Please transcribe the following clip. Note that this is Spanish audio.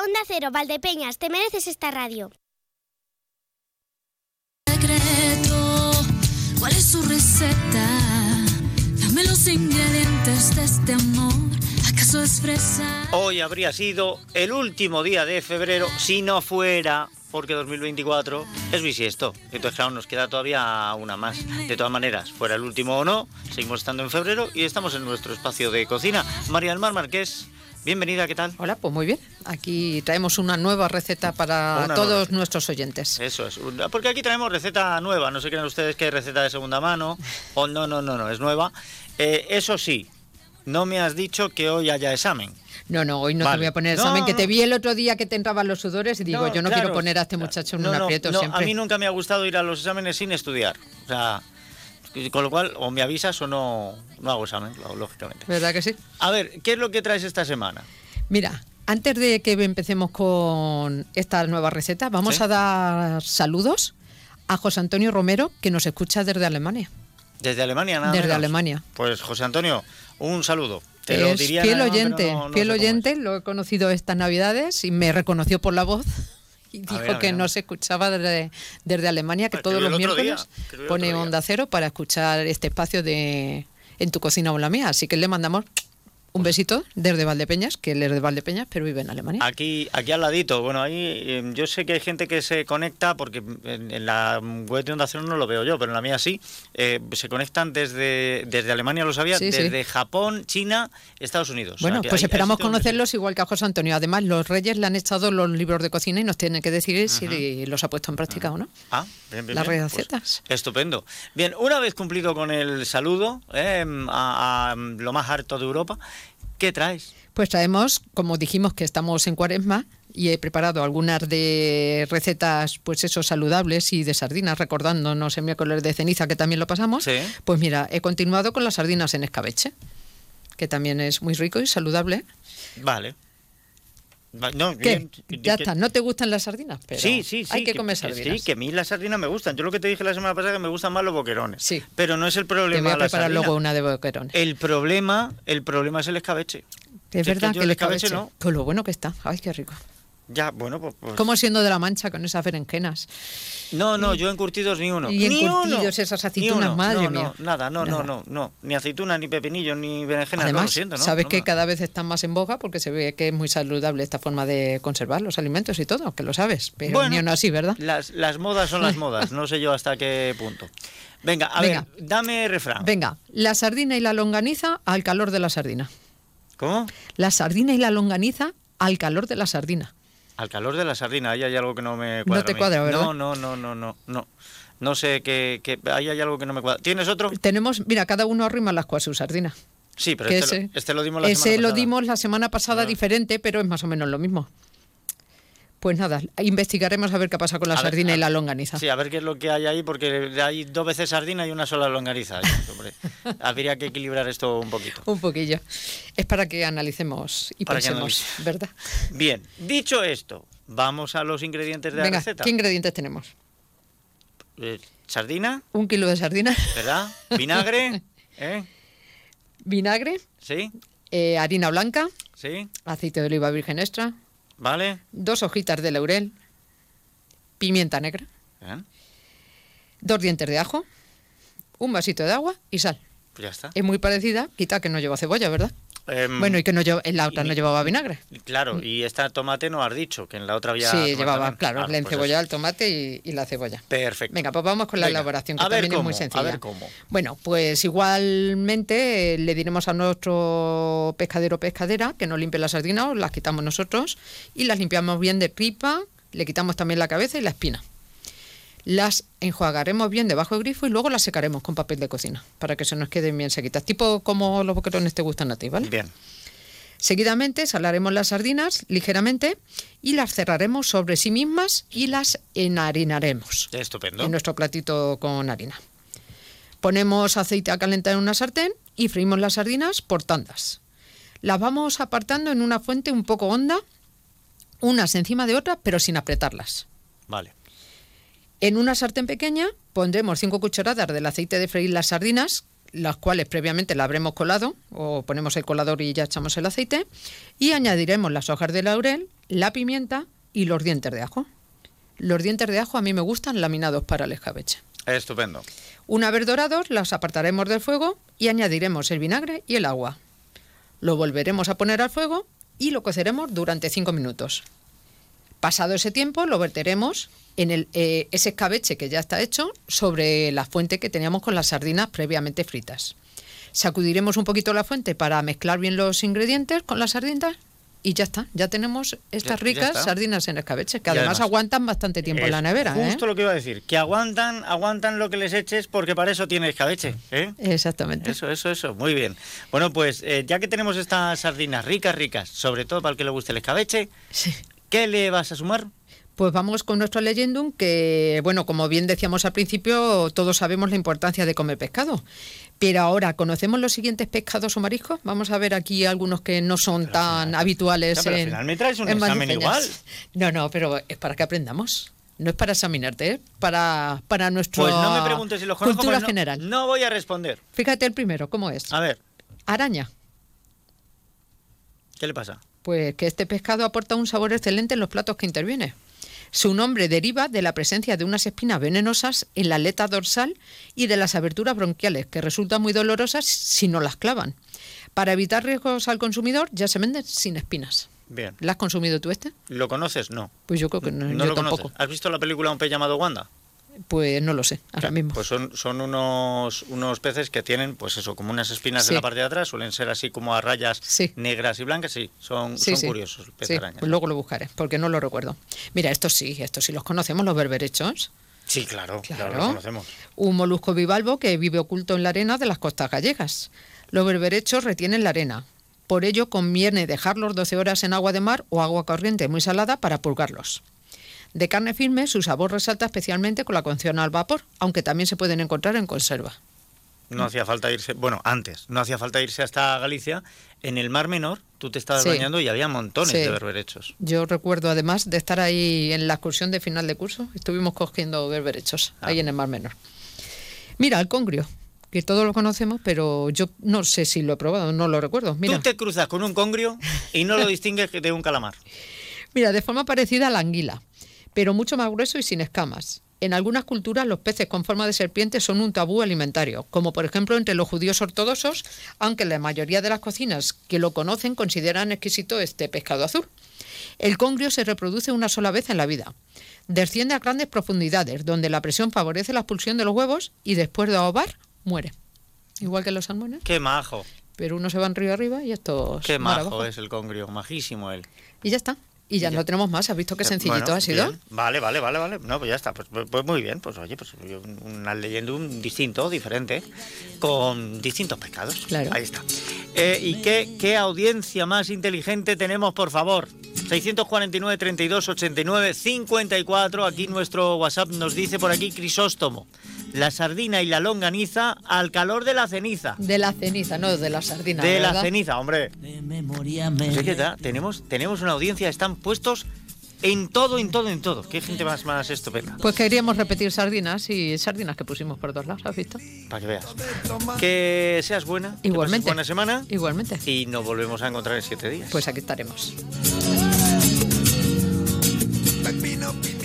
Onda Cero, Valdepeñas, te mereces esta radio. secreto, cuál es su receta. Dame los ingredientes de este amor, ¿acaso es fresa? Hoy habría sido el último día de febrero si no fuera porque 2024 es bisiesto. Entonces, claro, nos queda todavía una más. De todas maneras, fuera el último o no, seguimos estando en febrero y estamos en nuestro espacio de cocina. María del Mar Marqués, bienvenida, ¿qué tal? Hola, pues muy bien. Aquí traemos una nueva receta para Una todos nueva receta. Eh, nuestros oyentes. Eso es, una- porque aquí traemos receta nueva, no se crean ustedes que es receta de segunda mano, o no, no, no, no, es nueva. Eh, eso sí, no me has dicho que hoy haya examen. No, no, hoy no Vale. te voy a poner No, examen, que no. te vi el otro día que te entraban los sudores y digo, yo no claro, quiero poner a este claro. muchacho en No, un no, aprieto no, siempre. A mí nunca me ha gustado ir a los exámenes sin estudiar. O sea, con lo cual, o me avisas o no, no hago examen, claro, lógicamente. ¿Verdad que sí? A ver, ¿qué es lo que traes esta semana? Mira, antes de que empecemos con esta nueva receta, vamos Sí. a dar saludos a José Antonio Romero, que nos escucha desde Alemania. Desde Alemania, nada Desde menos. Alemania. Pues José Antonio, un saludo. Te lo es diría en fiel alemán, pero no- oyente, no fiel sé cómo es. oyente, lo he conocido estas navidades y me reconoció por la voz y A dijo ver, a ver, que a ver. nos escuchaba desde, desde Alemania, que Ah, todos escribió los el otro día, miércoles escribió el pone otro día. onda cero para escuchar este espacio de En tu cocina o la mía. Así que le mandamos un Pues besito desde Valdepeñas, que él es de Valdepeñas, pero vive en Alemania. Aquí, aquí al ladito, bueno, ahí eh, yo sé que hay gente que se conecta, porque en, en la web de Onda Cero no lo veo yo, pero en la mía sí, eh, se conectan desde, desde Alemania, lo sabía, Sí, sí. desde Japón, China, Estados Unidos. Bueno, O sea, que pues hay- hay esperamos sitio donde- conocerlos igual que a José Antonio. Además, los reyes le han echado los libros de cocina y nos tienen que decir si los ha puesto en práctica o no. Ah, bien, bien, Las bien, recetas. estupendo. Bien, una vez cumplido con el saludo eh, a, a lo más harto de Europa, ¿qué traes? Pues traemos, como dijimos que estamos en cuaresma y he preparado algunas de recetas, pues eso, saludables y de sardinas, recordándonos el miércoles de ceniza que también lo pasamos. Sí. Pues mira, he continuado con las sardinas en escabeche, que también es muy rico y saludable. Vale. Va- No, ¿Qué? bien, Ya que- está, ¿no te gustan las sardinas? Pero sí, sí, sí. Hay que, comer es sardinas. Sí, que a mí las sardinas me gustan. Yo lo que te dije la semana pasada es que me gustan más los boquerones. Sí. Pero no es el te problema. voy a la preparar sardina. luego una de boquerones. El problema, el problema es el escabeche. es que verdad Eh, yo que el el escabeche escabeche, no. Con lo bueno que está. Ay, qué rico. Ya, bueno, pues. pues- Como siendo de la mancha con esas berenjenas. No, no, yo en curtidos ni uno. Y en ¡Ni curtidos uno! esas Ni aceitunas, uno. madre No, no, mía. nada, no, Nada. no, no, no. Ni aceitunas, ni pepinillos, ni berenjenas. no, lo Además, siento, ¿no? sabes No, que no. cada vez están más en boga porque se ve que es muy saludable esta forma de conservar los alimentos y todo, que lo sabes. Pero Bueno, ni aún así, ¿verdad? Las, las modas son las modas, no sé yo hasta qué punto. Venga, a Venga. ver, dame refrán. Venga, la sardina y la longaniza al calor de la sardina. ¿Cómo? La sardina y la longaniza al calor de la sardina. Al calor de la sardina, ahí hay algo que no me No cuadra. a te mí. cuadra, ¿verdad? No, no, no, no, no, no. No sé, que, que ahí hay algo que no me cuadra. ¿Tienes otro? Tenemos, mira, cada uno arrima las cuas su sardina. Sí, pero que este, ese- lo, este lo dimos la ese semana lo pasada. dimos la semana pasada Ah. diferente, pero es más o menos lo mismo. Pues nada, investigaremos a ver qué pasa con la A ver, sardina a- y la longaniza. Sí, a ver qué es lo que hay ahí, porque hay dos veces sardina y una sola longariza. Habría que equilibrar esto un poquito. Un poquillo. Es para que analicemos y Para que pensemos, analice. ¿verdad? Bien, dicho esto, vamos a los ingredientes de la Venga, receta. ¿qué ingredientes tenemos? Eh, sardina, Un kilo de sardina, ¿verdad? Vinagre, ¿eh? vinagre, ¿Sí? eh, harina blanca, ¿Sí? aceite de oliva virgen extra, ¿Vale? dos hojitas de laurel, pimienta negra, Bien, dos dientes de ajo, un vasito de agua y sal. pues ya está. Es muy parecida, quita que no lleva cebolla, ¿verdad? Em, Eh, Bueno, y que no lleva, en la otra y- no llevaba vinagre. Claro, y esta tomate no has dicho, que en la otra había... Mm. sí, tomate llevaba, también. claro, la pues eso. encebolla, el tomate y, y la cebolla. Perfecto. Venga, pues vamos con la Venga, elaboración, que a ver también es muy cómo, a sencilla. ver cómo. Bueno, pues igualmente eh, le diremos a nuestro pescadero o pescadera que no limpie las sardinas, o las quitamos nosotros y las limpiamos bien de pipa, le quitamos también la cabeza y la espina. Las enjuagaremos bien debajo del grifo y luego las secaremos con papel de cocina para que se nos queden bien sequitas, tipo como los boquerones te gustan a ti, ¿vale? Bien, Seguidamente salaremos las sardinas ligeramente y las cerraremos sobre sí mismas y las enharinaremos estupendo. en nuestro platito con harina. Ponemos aceite a calentar en una sartén y freímos las sardinas por tandas. Las vamos apartando en una fuente un poco honda, unas encima de otras, pero sin apretarlas. Vale. En una sartén pequeña pondremos 5 cucharadas del aceite de freír las sardinas, las cuales previamente la habremos colado o ponemos el colador y ya echamos el aceite y añadiremos las hojas de laurel, la pimienta y los dientes de ajo. Los dientes de ajo a mí me gustan laminados para el escabeche. Estupendo. Una vez dorados, las apartaremos del fuego y añadiremos el vinagre y el agua. Lo volveremos a poner al fuego y lo coceremos durante 5 minutos. Pasado ese tiempo, lo verteremos en el, eh, ese escabeche que ya está hecho sobre la fuente que teníamos con las sardinas previamente fritas. Sacudiremos un poquito la fuente para mezclar bien los ingredientes con las sardinas y ya está. Ya tenemos Ya- ya estas ricas está. sardinas en escabeche, Y que además, además- aguantan bastante tiempo en la Es nevera. ¿eh? Justo lo que iba a decir, que aguantan, aguantan lo que les eches porque para eso tienes escabeche, ¿eh? Exactamente. Eso, eso, eso, muy bien. Bueno, pues eh, ya que tenemos estas sardinas ricas, ricas, sobre todo para el que le guste el escabeche, Sí. ¿qué le vas a sumar? Pues vamos con nuestro leyendum, que, bueno, como bien decíamos al principio, todos sabemos la importancia de comer pescado. Pero ahora, ¿conocemos los siguientes pescados o mariscos? Vamos a ver aquí algunos que no son al tan final- habituales. Ya, pero al en- final me traes un en examen Valdepeñas. igual. No, no, pero es para que aprendamos. No es para examinarte, es para, para nuestra Pues no me preguntes si los conozco. cultura porque no- Ah. general. No voy a responder. Fíjate el primero, ¿cómo es? A ver, Araña. ¿qué le pasa? Pues que este pescado aporta un sabor excelente en los platos que interviene. Su nombre deriva de la presencia de unas espinas venenosas en la aleta dorsal y de las aberturas bronquiales, que resultan muy dolorosas si no las clavan. Para evitar riesgos al consumidor, ya se venden sin espinas. Bien. ¿La has consumido tú este? ¿Lo conoces? No. Pues yo creo que no, No yo lo tampoco. conoces. ¿Has visto la película Un pez llamado Wanda? Pues no lo sé, ahora mismo. Pues son, son unos, unos peces que tienen, pues eso, como unas espinas Sí. en la parte de atrás, suelen ser así como a rayas Sí. negras y blancas, sí, son, Sí, son sí. curiosos, el pez Sí, araña. pues luego lo buscaré, porque no lo recuerdo. Mira, estos sí, estos sí los conocemos, los berberechos. Sí, claro, claro, Claro. lo conocemos. Un molusco bivalvo que vive oculto en la arena de las costas gallegas. Los berberechos retienen la arena. Por ello conviene dejarlos 12 horas en agua de mar o agua corriente muy salada para purgarlos. De carne firme, su sabor resalta especialmente con la cocción al vapor, aunque también se pueden encontrar en conserva. No hacía falta irse, bueno, antes, no hacía falta irse hasta Galicia. En el Mar Menor, tú te estabas Sí. bañando y había montones Sí. de berberechos. Yo recuerdo además de estar ahí en la excursión de final de curso, estuvimos cogiendo berberechos Ah. ahí en el Mar Menor. Mira, el congrio, que todos lo conocemos, pero yo no sé si lo he probado, no lo recuerdo. Mira, Tú te cruzas con un congrio y no lo distingues de un calamar. mira, de forma parecida a la anguila, pero mucho más grueso y sin escamas. En algunas culturas los peces con forma de serpiente son un tabú alimentario, como por ejemplo entre los judíos ortodoxos, aunque la mayoría de las cocinas que lo conocen consideran exquisito este pescado azul. El congrio se reproduce una sola vez en la vida. Desciende a grandes profundidades, donde la presión favorece la expulsión de los huevos y después de ahogar, muere. Igual que los salmones, Qué majo, pero unos se van río arriba y estos qué mar majo eh. abajo. es el congrio, majísimo él. Y ya está. Y ya, no tenemos más. ¿Has visto qué Eh, sencillito bueno, ha sido? bien. Vale, vale, vale, vale. No, pues ya está. Pues, pues- pues muy bien. Pues oye, pues yo- una leyenda un distinto, diferente, con distintos pecados. Claro. Ahí está. Eh, ¿Y qué, qué audiencia más inteligente tenemos, por favor? 649 32 89 54. Aquí nuestro WhatsApp nos dice por aquí Crisóstomo. La sardina y la longaniza al calor de la ceniza. De la ceniza, no, de la sardina. de la ¿verdad? ceniza, hombre. Pues es que ta- tenemos, tenemos una audiencia, están puestos en todo, en todo, en todo. Qué gente más, más estupenda. Pues queríamos repetir sardinas y sardinas que pusimos por todos lados, ¿has visto? Para que veas. Que seas buena. que Igualmente. Pues pases Buena semana. Igualmente. Y nos volvemos a encontrar en siete días. Pues aquí estaremos. Pepino, pino.